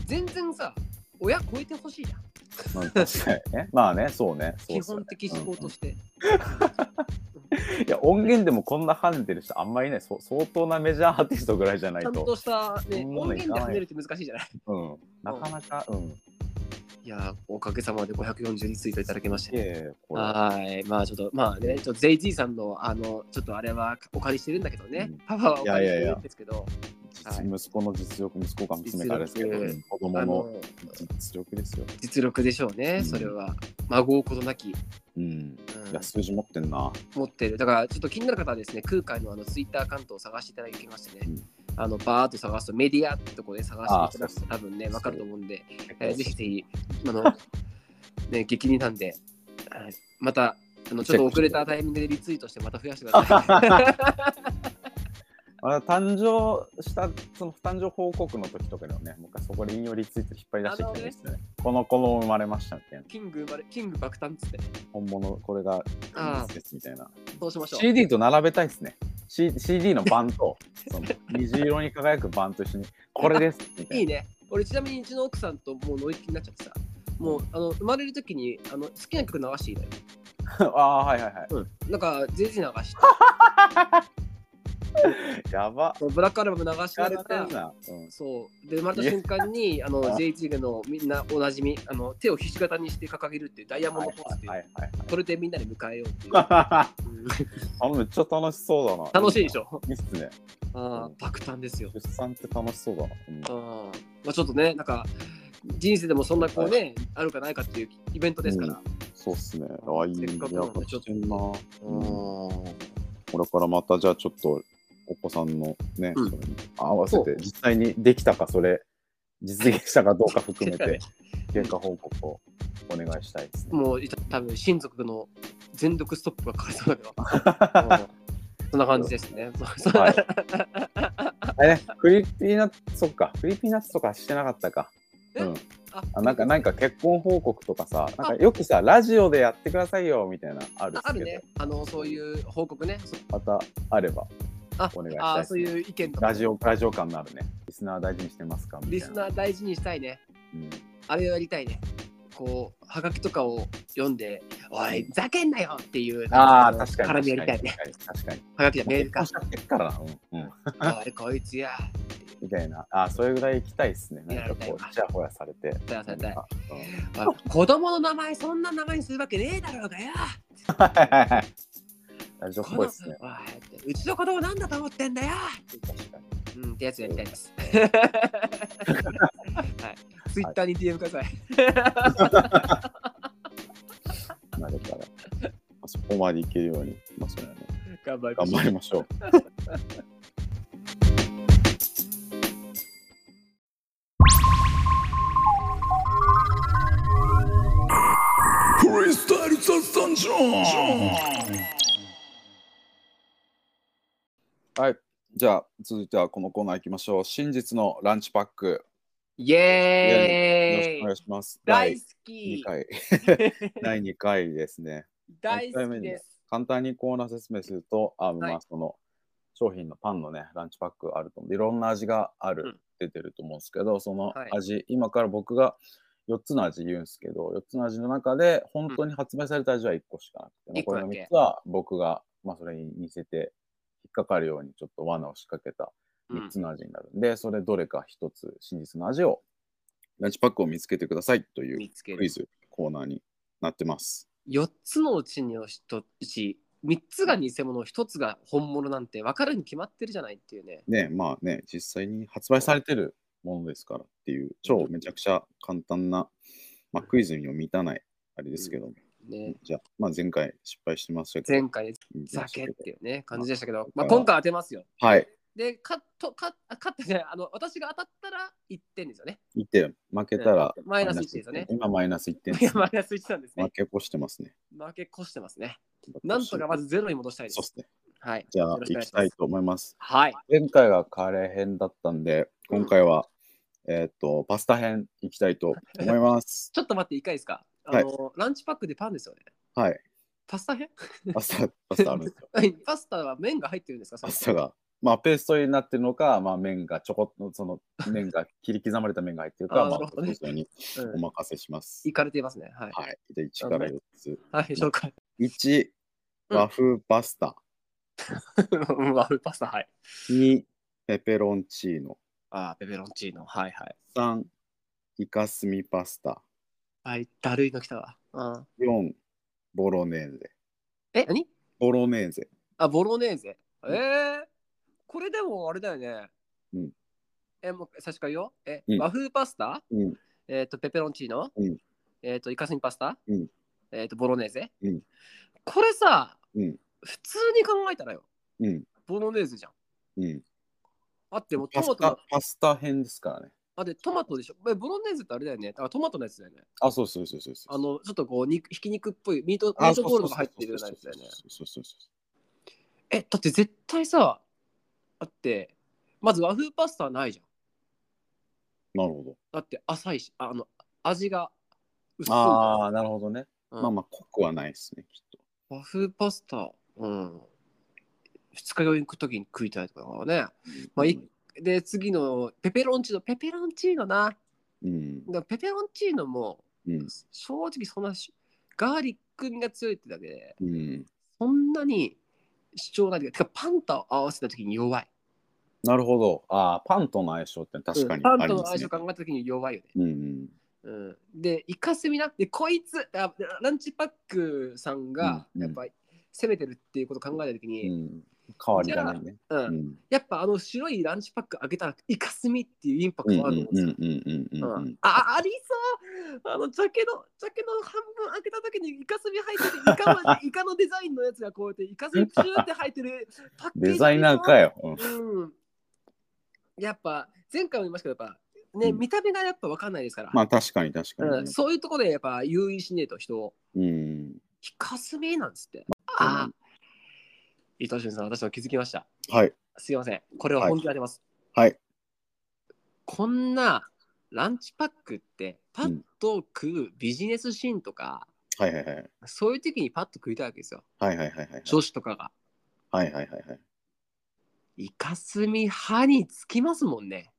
Speaker 1: 全然さ、親超えてほしいじゃん。
Speaker 2: なんか確かに
Speaker 1: [LAUGHS]
Speaker 2: ねまあねそうねそう
Speaker 1: 基
Speaker 2: っす
Speaker 1: 本的
Speaker 2: よね
Speaker 1: 思考として。
Speaker 2: うんうんいや音源でもこんな跳ねてる人あんまりいないそう相当なメジャーアーティストぐらいじゃない
Speaker 1: ちゃん
Speaker 2: と、
Speaker 1: とした、ね、
Speaker 2: そんなの
Speaker 1: 音源
Speaker 2: い
Speaker 1: で
Speaker 2: か
Speaker 1: 跳
Speaker 2: ない
Speaker 1: ねるって難しいじゃない。
Speaker 2: うん、なかなかうん
Speaker 1: いやー、おかげさまで540リツイートいただきまし
Speaker 2: す
Speaker 1: て。
Speaker 2: げえこれ
Speaker 1: はーい。まあちょっと、まあね、ちょっと JG さんの、あの、ちょっとあれはお借りしてるんだけどね。
Speaker 2: うん
Speaker 1: パパはお借りして
Speaker 2: いやいやい
Speaker 1: る
Speaker 2: や
Speaker 1: んですけど、
Speaker 2: 実息子の実力息子か娘かですけど、
Speaker 1: 実力
Speaker 2: 子供
Speaker 1: あ
Speaker 2: の
Speaker 1: の、
Speaker 2: 実力ですよ。
Speaker 1: 実力でしょうね、
Speaker 2: うん
Speaker 1: それは。孫をことなき。
Speaker 2: うん。
Speaker 1: うん
Speaker 2: いや数字持ってんな。
Speaker 1: 持ってるだからちょっと気になる方はですね空海のあのツイッターアカウントを探していただきましてね、
Speaker 2: うん
Speaker 1: あのバーッと探すとメディアってとこで探していただくと多分ね
Speaker 2: そう
Speaker 1: 分かると思うんで、えーぜひぜひあ
Speaker 2: [LAUGHS]
Speaker 1: のね激似なんではいまたあのちょっと遅れたタイミングでリツイートしてまた増やしてくだ
Speaker 2: [LAUGHS]
Speaker 1: さい
Speaker 2: あ誕生したその誕生報告の時とかでもね、もう一回そこで引用リツイート引っ張り出してきてもいいですね。この子供生まれましたみたいな。
Speaker 1: キング生まれキング爆誕っつって
Speaker 2: 本物これが
Speaker 1: ああ
Speaker 2: ですみたいな。
Speaker 1: そうしましょう
Speaker 2: CD と並べたいですね。C CD の
Speaker 1: [LAUGHS]
Speaker 2: 版とその虹色に輝く版と一緒にこれですみたいな。
Speaker 1: いいね俺ちなみにうちの奥さんともう乗り気になっちゃってさもうあの生まれる時にあの好きな曲流していいのよ
Speaker 2: [LAUGHS] ああはいはいは
Speaker 1: なんか全然流して
Speaker 2: い。やば。
Speaker 1: ブラックアルバム流し
Speaker 2: 疲
Speaker 1: な
Speaker 2: れ
Speaker 1: が
Speaker 2: て
Speaker 1: ら
Speaker 2: んな。うん。
Speaker 1: そうで生まれた瞬間にあの
Speaker 2: あ
Speaker 1: J リーグのみんなおなじみあの手をひし形にして掲げるっていうダイヤモンドポーズっていう、
Speaker 2: はいはいはい。
Speaker 1: それでみんなで迎えようっていう
Speaker 2: [LAUGHS] あ
Speaker 1: うん
Speaker 2: めっちゃ楽しそうだな。
Speaker 1: 楽しいでしょ
Speaker 2: いいっすね。
Speaker 1: あー爆誕ですよ
Speaker 2: 出産って楽しそうだな。うん
Speaker 1: あー、まあ、ちょっとねなんか人生でもそんなこうね、あるかないかっていうイベントですから、
Speaker 2: そうっすね。あ、いい
Speaker 1: せっかくな
Speaker 2: や
Speaker 1: んで
Speaker 2: ちょっとな。
Speaker 1: うん
Speaker 2: これからまたじゃあちょっとお子さんのね、
Speaker 1: うん
Speaker 2: それに合わせて実際にできたかそれ実現したかどうか含
Speaker 1: [LAUGHS]
Speaker 2: め
Speaker 1: で
Speaker 2: て結果報告をお願いしたい [LAUGHS] ですね。
Speaker 1: もういた多分親族の全力ストップがかかりそうだ
Speaker 2: [LAUGHS]
Speaker 1: けどうんそんな感じですね。
Speaker 2: はい。あれね、クリーピーナッツ、そっか、クリーピーナッツとかしてなかったか。
Speaker 1: え
Speaker 2: うん、
Speaker 1: あ
Speaker 2: あなんか、なんか結婚報告とかさ、なんかよくさ、ラジオでやってくださいよみたいな、あるっ
Speaker 1: あ
Speaker 2: す
Speaker 1: あ
Speaker 2: け
Speaker 1: る
Speaker 2: ど、
Speaker 1: ね、あのそういう報告ね、そ
Speaker 2: またあれば
Speaker 1: あ
Speaker 2: お願いしたい
Speaker 1: あ
Speaker 2: で
Speaker 1: ー
Speaker 2: す
Speaker 1: そう
Speaker 2: ね
Speaker 1: いう意見とか
Speaker 2: ラジオラジオ感のあるね。リスナー大事にしてますかみたい
Speaker 1: リ
Speaker 2: な。
Speaker 1: スナー大事にしたいね。
Speaker 2: うん
Speaker 1: あれをやりたいね。こう、はがきとかを読んで、おい、ふざけんなよっていう、
Speaker 2: ああ、確か
Speaker 1: 絡み
Speaker 2: に。
Speaker 1: やりたいね。
Speaker 2: 確
Speaker 1: [LAUGHS]
Speaker 2: かに。
Speaker 1: はがきじゃメールか
Speaker 2: 結婚し、ちゃってっからな。うん。うん。
Speaker 1: おい、こいつや、
Speaker 2: みたいな。ああ、それぐらい行きたいですね。なん
Speaker 1: やり
Speaker 2: か
Speaker 1: たい
Speaker 2: こ
Speaker 1: わ
Speaker 2: う、ちやほやされて。
Speaker 1: ちやほやされたい
Speaker 2: なんかうん
Speaker 1: お
Speaker 2: [LAUGHS]
Speaker 1: い子供の名前、そんな名前にするわけねえだろうがよ。
Speaker 2: はいはいはい。ラジオっ
Speaker 1: こ
Speaker 2: ぽ
Speaker 1: の
Speaker 2: いですね。
Speaker 1: おいってうちの子供なんだと思ってんだよ。
Speaker 2: 確かに。
Speaker 1: うん、ってやつやりたいです。 [LAUGHS] はい、ツイッターに DM ください。
Speaker 2: なれたら。あそこまでいけるように、まあ、それはね、
Speaker 1: 頑張りま
Speaker 2: 頑
Speaker 1: しょう
Speaker 2: 張りましょう。
Speaker 3: クリスタル雑談ジョーン
Speaker 2: はい。じゃあ、続いてはこのコーナー行きましょう。真実のランチパック。
Speaker 1: イ
Speaker 2: よろし
Speaker 1: エー
Speaker 2: くお願
Speaker 1: イ
Speaker 2: いします。
Speaker 1: 大
Speaker 2: 第
Speaker 1: 好
Speaker 2: 2
Speaker 3: [LAUGHS]
Speaker 1: き
Speaker 2: 回。第2回ですね。
Speaker 1: 大好きです。
Speaker 2: 簡単にコーナー説明すると、あま
Speaker 1: はい
Speaker 2: あ、その商品のパンのね、ランチパックあると思う。いろんな味がある、
Speaker 1: うん
Speaker 2: 出てると思うんですけど、その
Speaker 1: はい
Speaker 2: 味、今から僕が4つの味言うんですけど、4つの味の中で、本当に発売された味は1個しかなくて、
Speaker 1: ん
Speaker 2: 残りの
Speaker 1: 一個だけ
Speaker 2: 3つは僕が、まあ、それに似せて、引っかかるようにちょっと罠を仕掛けた
Speaker 1: うん
Speaker 2: 3つの味になるんで、それどれか1つ真実の味をランチパックを見つけてくださいという
Speaker 1: 見つけ
Speaker 2: ク
Speaker 1: る
Speaker 2: イ。ズコーナーになってます。
Speaker 1: 4つのうちのうち、3つが偽物、1つが本物なんて分かるに決まってるじゃないっていうね。
Speaker 2: ねまあね実際に発売されてるものですからっていう超めちゃくちゃ簡単な、まあ、クイズにも満たないあれですけども、
Speaker 1: ね
Speaker 2: じゃあ、まあ、前回失敗してましたけど
Speaker 1: 前回、ザケっていうね、感じでしたけど、まあ、
Speaker 2: まあ
Speaker 1: 今回当てますよ。
Speaker 2: はい
Speaker 1: で、かとか勝ってね、あの私が当たったら1点ですよね。
Speaker 2: 1点負けたら、
Speaker 1: うんマイナス1ですよね
Speaker 2: 今マイナス1点
Speaker 1: いやマイナス1なんです
Speaker 2: 負
Speaker 1: ね。
Speaker 2: け越してますね
Speaker 1: 負け越してますね。なんとかまずゼロに戻したいで。
Speaker 2: そうですすね
Speaker 1: はい。
Speaker 2: じゃあ
Speaker 1: よろしくお
Speaker 2: 行
Speaker 1: 願い
Speaker 2: き
Speaker 1: しま
Speaker 2: た
Speaker 1: す
Speaker 2: いと思います
Speaker 1: はい。
Speaker 2: 前回がカレー編だったんで今回は、えーっとパスタ編行きたいと思います
Speaker 1: [LAUGHS] ちょっと待って、一回いいですか。あ
Speaker 2: はい
Speaker 1: の、ランチパックでパンですよね。
Speaker 2: はい
Speaker 1: パスタ編
Speaker 2: パスタパスタあるんですよ
Speaker 1: はい [LAUGHS] パスタは麺が入ってるんですかそ
Speaker 2: パ
Speaker 1: れ
Speaker 2: スタが、まあ、ペーストになってるのか、まあ、麺がちょこっとその麺が切り刻まれた麺が入ってるか
Speaker 1: [LAUGHS] あー
Speaker 2: まあ
Speaker 1: なるほどね
Speaker 2: そちらに
Speaker 1: う
Speaker 2: お
Speaker 1: ん
Speaker 2: 任せします
Speaker 1: い、かれていますね。はい。
Speaker 2: はいで1から4つ
Speaker 1: はい、紹介。 [LAUGHS]
Speaker 2: 1
Speaker 1: うん
Speaker 2: 和風パスタ、
Speaker 1: ワフパスタ、はい。
Speaker 2: 2ペペロンチーノ
Speaker 1: あーペペロンチーノ、はいはい。
Speaker 2: 3イカスミパスタ
Speaker 1: はい、だるいの来たわ。うん、
Speaker 2: 4ボロネーゼ
Speaker 1: え、何
Speaker 2: ボロネーゼ
Speaker 1: あ、ボロネーゼ。え
Speaker 2: うん
Speaker 1: ー、これでもあれだよね。
Speaker 2: うん。
Speaker 1: え、もう差し替えよう。え、
Speaker 2: うん
Speaker 1: 和風パスタ
Speaker 2: うん
Speaker 1: えっ、と、ペペロンチーノ、
Speaker 2: うん
Speaker 1: えっ、と、イカスミパスタ、
Speaker 2: うん
Speaker 1: えっ、と、ボロネーゼ、
Speaker 2: うん
Speaker 1: これさ、
Speaker 2: うん
Speaker 1: 普通に考えたらよ、
Speaker 2: うん
Speaker 1: ボロネーゼじゃん。
Speaker 2: うん
Speaker 1: あってもうトマ
Speaker 2: パス
Speaker 1: トの
Speaker 2: タパスタ編ですからね
Speaker 1: あでトマトでしょえボロネーゼってあれだよねあトマトのやつだよね
Speaker 2: あそうそうそうそうそう
Speaker 1: あのちょっとこう肉ひき肉っぽいミートミ
Speaker 2: あ
Speaker 1: ートボールが入ってるようなやつだよね
Speaker 2: そうそうそうそうそうそう
Speaker 1: えだって絶対さだってまず和風パスタはないじゃん
Speaker 2: なるほ
Speaker 1: だって浅いしああの味が薄い
Speaker 2: どああなるほどね
Speaker 1: うん
Speaker 2: まあまあ濃くはないですねきっと
Speaker 1: 和風パスタうん二日酔いに食う時に食いたいとかだからねまあいで次のペペロンチーノペペロンチーノなだか
Speaker 2: うん
Speaker 1: らペペロンチーノも
Speaker 2: うん
Speaker 1: 正直そんなしガーリック味が強いってだけで
Speaker 2: うん
Speaker 1: そんなに主張ないてかパンと合わせた時に弱い
Speaker 2: なるほどああパンとの相性って確かに
Speaker 1: うんパン
Speaker 2: あり
Speaker 1: との
Speaker 2: ます
Speaker 1: 相
Speaker 2: ね
Speaker 1: 性考えた時に弱いよね
Speaker 2: うんうん
Speaker 1: うんでイカスミなってこいつあランチパックさんが
Speaker 2: うん
Speaker 1: やっぱり攻めてるっていうことを考えた時
Speaker 2: う
Speaker 1: に、
Speaker 2: ん変わりがないね
Speaker 1: うん
Speaker 2: うん
Speaker 1: やっぱあの白いランチパック開けたらイカスミっていうインパ
Speaker 2: う
Speaker 1: ク
Speaker 2: ん
Speaker 1: トあ
Speaker 2: う
Speaker 1: ると
Speaker 2: ん
Speaker 1: 思うん
Speaker 2: う
Speaker 1: ですよ
Speaker 2: んうんうんうんうん
Speaker 1: ああありそうあのジャケのジャケの半分開けた時にイカスミ入っててイカ
Speaker 2: [LAUGHS]
Speaker 1: のイカのデザインのやつがこうやってイカスミプシューって入ってるパッケージ
Speaker 2: デザイナーか
Speaker 1: よ、
Speaker 2: ようん
Speaker 1: うん、やっぱ前回も言いましたけどやっぱね、
Speaker 2: うん
Speaker 1: 見た目がやっぱ分かんないですから、
Speaker 2: まあ確かに確か
Speaker 1: う
Speaker 2: に
Speaker 1: ん、そういうところでやっぱ優位しねえと人を
Speaker 2: うん
Speaker 1: イカスミなんつって
Speaker 2: ま
Speaker 1: あ
Speaker 2: あ
Speaker 1: あ伊藤俊さん私も気づきました
Speaker 2: はい
Speaker 1: すいませんこれは本気で当てます、
Speaker 2: はい
Speaker 1: こんなランチパックってパッと食うビジネスシーンとか、
Speaker 2: はいはいはい
Speaker 1: そういう時にパッと食いたいわけですよ
Speaker 2: はいはいはいはいはい
Speaker 1: 女子とかが
Speaker 2: はいはいはいはい
Speaker 1: イカスミ歯につきますもんね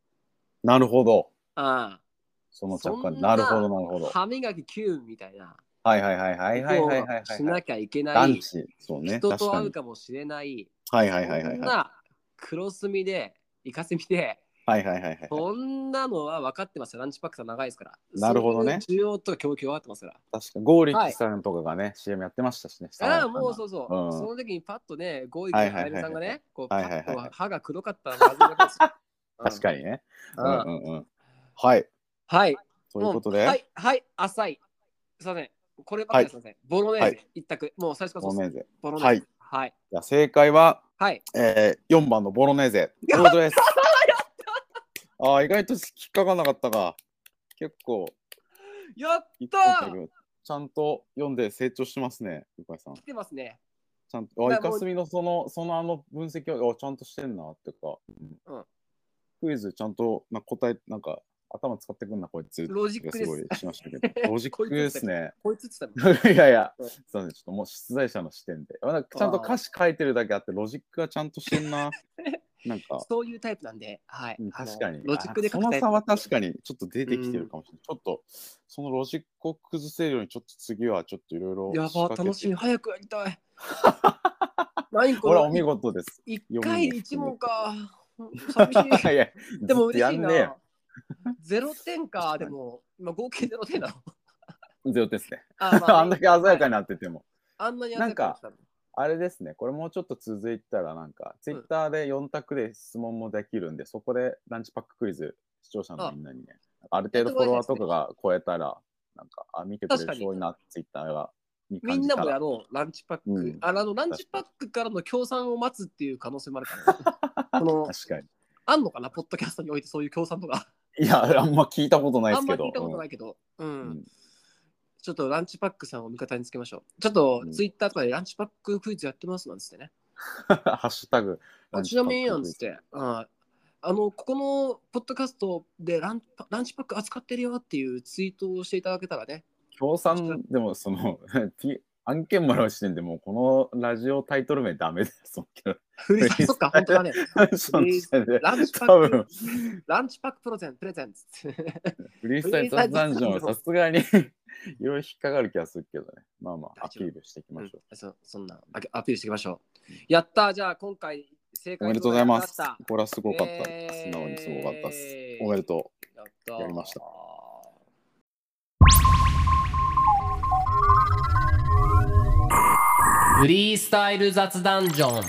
Speaker 2: なるほど
Speaker 1: あ
Speaker 2: その着
Speaker 1: そ
Speaker 2: 火
Speaker 1: んな
Speaker 2: なるほどなるほ
Speaker 1: あ
Speaker 2: ど
Speaker 1: 歯磨きキューみたいな
Speaker 2: はいはいはいはいはいはいはい
Speaker 1: ことをし
Speaker 2: は
Speaker 1: ないきゃいけな
Speaker 2: ラン
Speaker 1: い
Speaker 2: チそうね
Speaker 1: 人
Speaker 2: 確
Speaker 1: と
Speaker 2: か
Speaker 1: 会う
Speaker 2: に
Speaker 1: かもしれない
Speaker 2: はいは
Speaker 1: そ
Speaker 2: いはいはい
Speaker 1: ん
Speaker 2: はい
Speaker 1: な黒墨でイカスミで
Speaker 2: はいはいはいはい
Speaker 1: こんなのは分かってますよ。ランチパックさん長いですから。
Speaker 2: なるほどね
Speaker 1: そういう需要と供給は分かってますから。
Speaker 2: 確かにゴーリッチさんとかがね CM やってましたしね
Speaker 1: ああ、もうそうそう。
Speaker 2: うん
Speaker 1: その時にパッとね、ゴーイ
Speaker 2: は
Speaker 1: 君、
Speaker 2: い
Speaker 1: カエ
Speaker 2: はいはい
Speaker 1: ル
Speaker 2: はい
Speaker 1: さんがね、こうパ
Speaker 2: はいはいはい
Speaker 1: ッと歯が黒かったのが初めて
Speaker 2: [LAUGHS]
Speaker 1: ですよ
Speaker 2: 確かにね
Speaker 1: う
Speaker 2: うんん
Speaker 1: うん
Speaker 2: うんうんはい
Speaker 1: はい。
Speaker 2: ということ
Speaker 1: もは
Speaker 2: で
Speaker 1: い、はい、浅い。すいません。こればっかりですいません。ボロネー
Speaker 2: は
Speaker 1: ゼ一択。もう最初から
Speaker 2: ボ
Speaker 1: そうで
Speaker 2: ロネ
Speaker 1: す
Speaker 2: ーゼ
Speaker 1: ボロネーゼ。はい。
Speaker 2: じゃあ正解は
Speaker 1: はい。
Speaker 2: えー、4番のボロネーゼ。ということです。ああ、意外と引っかかんなかったか。結構、
Speaker 1: やっ
Speaker 2: 一
Speaker 1: た
Speaker 2: 個だけちゃんと読んで成長してますね、ゆかいさん。ち
Speaker 1: 来てますね。
Speaker 2: ゃんと、あ、
Speaker 1: だ
Speaker 2: イ
Speaker 1: からもう
Speaker 2: カスミのその、そのあの分析を、あちゃんとしてんなっていうか、
Speaker 1: うん
Speaker 2: クイズちゃんと、なんか答え、なんか、頭使ってくんな、こいつ。
Speaker 1: ロジックです
Speaker 2: すごいしましたけ
Speaker 1: [LAUGHS]
Speaker 2: ど。ロジックですね。
Speaker 1: こいつって言ったの。
Speaker 2: [LAUGHS] いやいや、
Speaker 1: うん
Speaker 2: すいません、ちょっともう出題者の視点で。まあなんかちゃんと歌詞書いてるだけあって、ロジックはちゃんとして
Speaker 1: [LAUGHS]
Speaker 2: んな。なんか、
Speaker 1: そういうタイプなんで、はい
Speaker 2: うん。
Speaker 1: あの
Speaker 2: 確かに。
Speaker 1: ロジックで
Speaker 2: あそ
Speaker 1: 書く
Speaker 2: の
Speaker 1: タイプ
Speaker 2: 差は確かにちょっと出てきてるかもしれない。ちょっと、そのロジックを崩せるように、ちょっと次はちょっといろいろ。
Speaker 1: やば、楽しみ。。早くや
Speaker 2: [LAUGHS]
Speaker 1: りたい。何こ
Speaker 2: ほ
Speaker 1: れ
Speaker 2: ら、お見事です。
Speaker 1: 一
Speaker 2: 読み
Speaker 1: 回
Speaker 2: も
Speaker 1: 一問か。寂しい。
Speaker 2: [LAUGHS] いや、
Speaker 1: でも嬉しい
Speaker 2: ずっとやんねえ
Speaker 1: な
Speaker 2: よ。。
Speaker 1: ゼロ点か、でも、今合計ゼロ
Speaker 2: [LAUGHS]
Speaker 1: 点なの。
Speaker 2: ゼロですね。
Speaker 1: あまあ
Speaker 2: [LAUGHS] あんだけ鮮やかになってても。
Speaker 1: あんなにやたの
Speaker 2: あれですね、これもうちょっと続いたら、なんか、ツイッターで4択で質問もできるんで、そこでランチパッククイズ、視聴者のみんなにね、ある程度フォロワーとかが超えたら、なんか、あ、見てくれ
Speaker 1: 確か
Speaker 2: る
Speaker 1: に
Speaker 2: 人多いな、ツイッターが。に
Speaker 1: み
Speaker 2: 感
Speaker 1: ん
Speaker 2: じ
Speaker 1: な
Speaker 2: た
Speaker 1: もや
Speaker 2: ら
Speaker 1: ろう、ランチパック。
Speaker 2: うん
Speaker 1: ああの、ランチパックからの協賛を待つっていう可能性もある
Speaker 2: [LAUGHS]
Speaker 1: から、ね、この、
Speaker 2: 確かに。
Speaker 1: あんのかな、ポッドキャストにおいてそういう協賛とか。
Speaker 2: いや、あんま聞いたことないで
Speaker 1: あん
Speaker 2: す
Speaker 1: ま
Speaker 2: け
Speaker 1: 聞
Speaker 2: ど
Speaker 1: い。たことな
Speaker 2: うん
Speaker 1: いけど、うん。
Speaker 2: うん
Speaker 1: ちょっとランチパックさんを味方につけましょう。ちょっと
Speaker 2: うん
Speaker 1: ツイッターとかでランチパッククイズやってますなんつってね。
Speaker 2: [LAUGHS] ハッシュタグ。
Speaker 1: あちなみになんつって、ああの、ここのポッドキャストでランランチパック扱ってるよっていうツイートをしていただけたら
Speaker 2: [LAUGHS]
Speaker 1: ね、
Speaker 2: 協賛、でも、その、T- [LAUGHS] 案件もらう時点でもう、このラジオタイトル名ダメです。
Speaker 1: フリーそっか、本当だね。
Speaker 2: [LAUGHS] その時点で
Speaker 1: ランチパ
Speaker 2: 多
Speaker 1: ック
Speaker 2: 分、
Speaker 1: ランチパックプレゼン、プレゼンツって。
Speaker 2: フリースタイルザダンジョンはさすがに [LAUGHS] いろいろ引っかかる気がするけどね。まあまあ、ア
Speaker 1: 大
Speaker 2: ピ
Speaker 1: 丈夫
Speaker 2: ールしていきましょう。
Speaker 1: うん、そそんなあアピールしていきましょう。やったーじゃあ今回正解
Speaker 2: おめでとうございます
Speaker 1: の方。
Speaker 2: これはすごかった。
Speaker 1: えー
Speaker 2: 素直にすごかったです。おめでと
Speaker 1: 々やったー
Speaker 2: やりました
Speaker 1: は
Speaker 4: フリースタイル雑談ジョン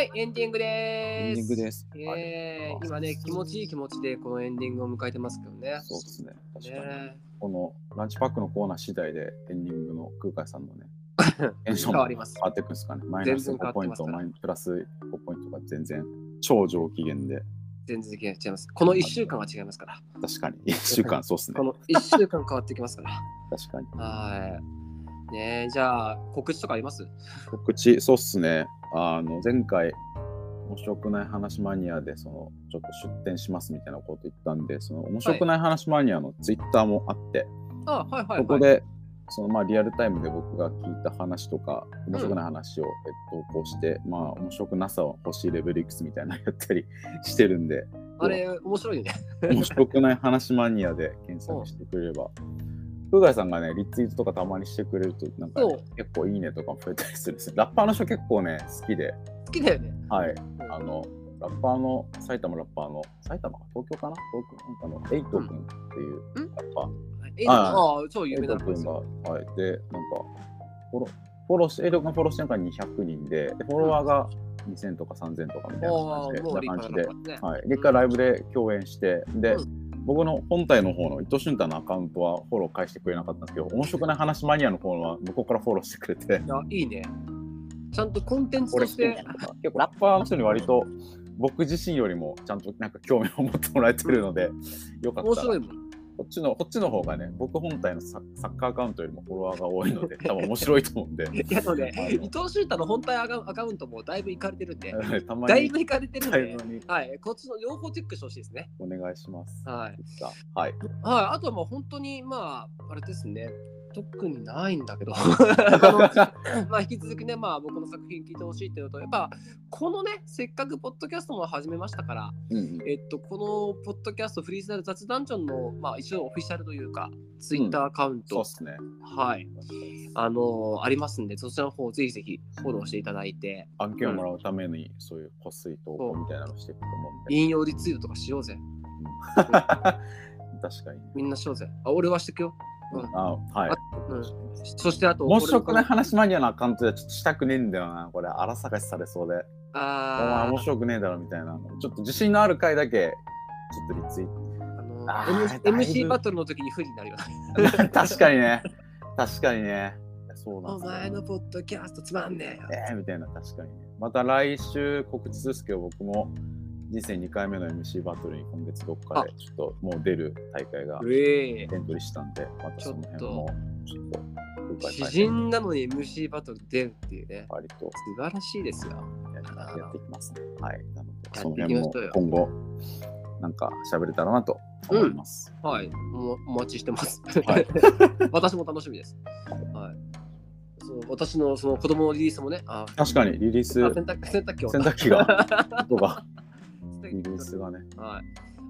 Speaker 1: いエンディング
Speaker 2: う。
Speaker 1: で
Speaker 2: エ
Speaker 1: す。
Speaker 2: ンディングです。はい。
Speaker 1: えー今ね気持ちいい気持ちでこのエンディングを迎えてますけどね。
Speaker 2: そうですね。確かに。
Speaker 1: ね
Speaker 2: このランチパックのコーナー次第でエンディングの空海さんの [LAUGHS] ね、テンション
Speaker 1: 変
Speaker 2: も
Speaker 1: わり
Speaker 2: 変
Speaker 1: ます。
Speaker 2: わっていくんですかね。マイナス
Speaker 1: 全然変わって
Speaker 2: 5ポイン
Speaker 1: ます
Speaker 2: ト、
Speaker 1: から
Speaker 2: マイプラス5ポイントが全然超上機嫌で、
Speaker 1: 全然違います。この1週間は違いますから。
Speaker 2: 確かに1週間そうですね
Speaker 1: こ。の1週間変わってきますから。
Speaker 2: 確かに。
Speaker 1: はい。ねえじゃあ告知とかあります
Speaker 2: 告知、そうっすね。あの、前回、面白くない話マニアで、その、ちょっと出店しますみたいなこと言ったんで、その、面白くない話マニアのツイッターもあって、
Speaker 1: あはいはいはい。
Speaker 2: ここで、その、まあ、リアルタイムで僕が聞いた話とか、面白くない話を、えっと投稿して、まあ、面白くなさは欲しいレベルいくつみたいなのやったりしてるんで、
Speaker 1: あれ面白いね。
Speaker 2: 面白くない話マニアで検索してくれれば、風外さんがね、リツイートとかたまにしてくれると、なんかね、
Speaker 1: そう
Speaker 2: 結構いいねとかも増えたりするんですよラッパーの人結構ね、好きで、
Speaker 1: 好きだよね。
Speaker 2: はい、
Speaker 1: うん
Speaker 2: あの、ラッパーの、埼玉ラッパーの、埼玉か東京かな東京なんかの、エイト君っていうラッパー。
Speaker 1: え
Speaker 2: あ
Speaker 1: ああ、超
Speaker 2: エイ
Speaker 1: 有名な
Speaker 2: ト
Speaker 1: のです
Speaker 2: 君が、
Speaker 1: よ。
Speaker 2: はい、で、なんか、フォロー、フォローして、エイト君のフォローしてるから200人で、でフォロワーが2000とか3000とかみたい
Speaker 1: ああ、
Speaker 2: な
Speaker 1: もう立
Speaker 2: 感
Speaker 1: 派
Speaker 2: じで、な感じ
Speaker 1: な
Speaker 2: で
Speaker 1: のが、ね。
Speaker 2: はい、で、一回ライブで共演して、で、
Speaker 1: う
Speaker 2: 僕の本体の方の伊藤俊太のアカウントはフォロー返してくれなかったんですけど、面白くない話マニアの方は向こうからフォローしてくれて、
Speaker 1: いや、いいね。ちゃんとコンテンツ
Speaker 2: ことれ
Speaker 1: し
Speaker 2: 結
Speaker 1: て、
Speaker 2: 構ラッパーの人に割と僕自身よりもちゃんとなんか興味を持ってもらえてるので、よかっ
Speaker 1: 面
Speaker 2: た
Speaker 1: 白
Speaker 2: ら
Speaker 1: いもん。
Speaker 2: こっちのこっちの方がね僕本体のササッカーアカウントよりもフォロワーが多い
Speaker 1: [LAUGHS]
Speaker 2: ので多分面白いと思うんで
Speaker 1: いや、でもね、
Speaker 2: あの
Speaker 1: 伊藤俊太の本体アカアカウントもだいぶいかれてるんで、
Speaker 2: たま
Speaker 1: だい
Speaker 2: に
Speaker 1: ぶいかれてるん
Speaker 2: だい
Speaker 1: で、
Speaker 2: ぶに
Speaker 1: はい、こっちの両方チェックしてほしいですね。
Speaker 2: お願いします。
Speaker 1: はい。
Speaker 2: さあはい、
Speaker 1: はい、あとはもう本当に、まあ、あれですね。特にないんだけど、 [LAUGHS] あ [LAUGHS] のまあ、引き続きね、まあ、僕の作品聞いてほしいっていうのと、やっぱ、このね、せっかくポッドキャストも始めましたから、
Speaker 2: [LAUGHS] うんうん
Speaker 1: えっと、このポッドキャストフリースタイル雑談ジョンの、まあ、一応オフィシャルというか、ツイッターアカウン
Speaker 2: そ
Speaker 1: ト、
Speaker 2: うですね。
Speaker 1: はい、あのーありますんで、そちらの方ぜひぜひフォローしていただいて、
Speaker 2: 案件をもらうためにそういうこっそり投稿みたいなのをしていくと思うんで。
Speaker 1: 引用リツイートとかしようぜ。
Speaker 2: [LAUGHS] 確かに。
Speaker 1: みんなしようぜ。あ、俺はしてくよ。うん
Speaker 2: あはい
Speaker 1: あ。そしてあと、
Speaker 2: 面白くない
Speaker 1: これも
Speaker 2: 話マニアのアカウントではちょっとしたくねえんだよな。これ、荒探しされそうで。お前
Speaker 1: あ
Speaker 2: 面
Speaker 1: ー
Speaker 2: 白くねえだろみたいな。ちょっと自信のある回だけ、ちょっとリツイー
Speaker 1: あの
Speaker 2: あ
Speaker 1: ー
Speaker 2: ー
Speaker 1: MC
Speaker 2: だいぶ
Speaker 1: MC バトルの時に不利になるよな。
Speaker 2: ト。 [LAUGHS] 確かにね。確かにね。そうなん
Speaker 1: お
Speaker 2: ですよ
Speaker 1: 前のポッドキャストつまんねえよ。
Speaker 2: えー、みたいな、確かにね。また来週告知ですけど、僕も人生2回目の MC バトルに今月どっかで、ちょっともう出る大会が
Speaker 1: うえ
Speaker 2: エントリーしたんで、またその辺も、ちょっと、
Speaker 1: え詩人なのに MC バトル出るっていうね、
Speaker 2: 割と
Speaker 1: 素晴らしいですよ。
Speaker 2: やっていきますね。はい。なので、
Speaker 1: や
Speaker 2: その
Speaker 1: っていき
Speaker 2: 辺
Speaker 1: まし
Speaker 2: も
Speaker 1: ょうよ
Speaker 2: 今後、なんか喋れたらなと思います。
Speaker 1: はい、もうお待ちしてます。
Speaker 2: はい、
Speaker 1: [LAUGHS] 私も楽しみです。はい。そう私のその子供のリリースもね、あ、
Speaker 2: 確かに、リリース、
Speaker 1: あ洗濯洗濯機を。
Speaker 2: 洗濯
Speaker 1: [LAUGHS]
Speaker 2: 機が、音が、リリースがね、
Speaker 1: はい。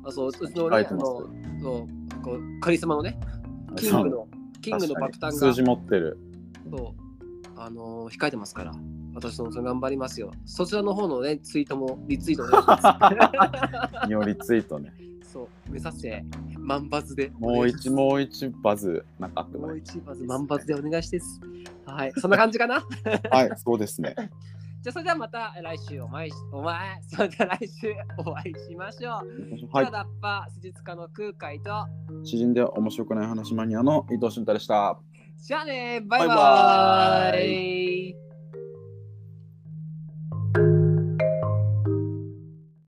Speaker 1: あ、そう、うちの
Speaker 2: 控
Speaker 1: ね、
Speaker 2: え
Speaker 1: あ
Speaker 2: てま
Speaker 1: の、
Speaker 2: す
Speaker 1: そう、こうカリスマのね、キングのキングの爆誕が
Speaker 2: 数字持って
Speaker 1: [LAUGHS]
Speaker 2: る。
Speaker 1: そう、あのー控えてますから、私のそれ頑張りますよ。そちらの方のね、ツイートも、リツイートお願いし
Speaker 2: [LAUGHS] 引用リツイートね。
Speaker 1: ます。そう、目指せ、万バズで。
Speaker 2: もう一、
Speaker 1: も
Speaker 2: もう一バズ、なんかあっても
Speaker 1: う
Speaker 2: ね。
Speaker 1: 一、まず万バズでお願いしです。はい、そんな感じかな。 [LAUGHS] じ
Speaker 2: はい、そうです
Speaker 1: [LAUGHS]
Speaker 2: ね。
Speaker 1: ゃあ、それではまた来週お前、お前、それでは来週 [LAUGHS] お会いしましょう。
Speaker 2: はい
Speaker 1: た、だラッパー、施術家の空海と、
Speaker 2: 詩人では面白くない話マニアの伊藤俊太でした。
Speaker 1: じゃあねバイバ
Speaker 2: バイバ
Speaker 1: ーイ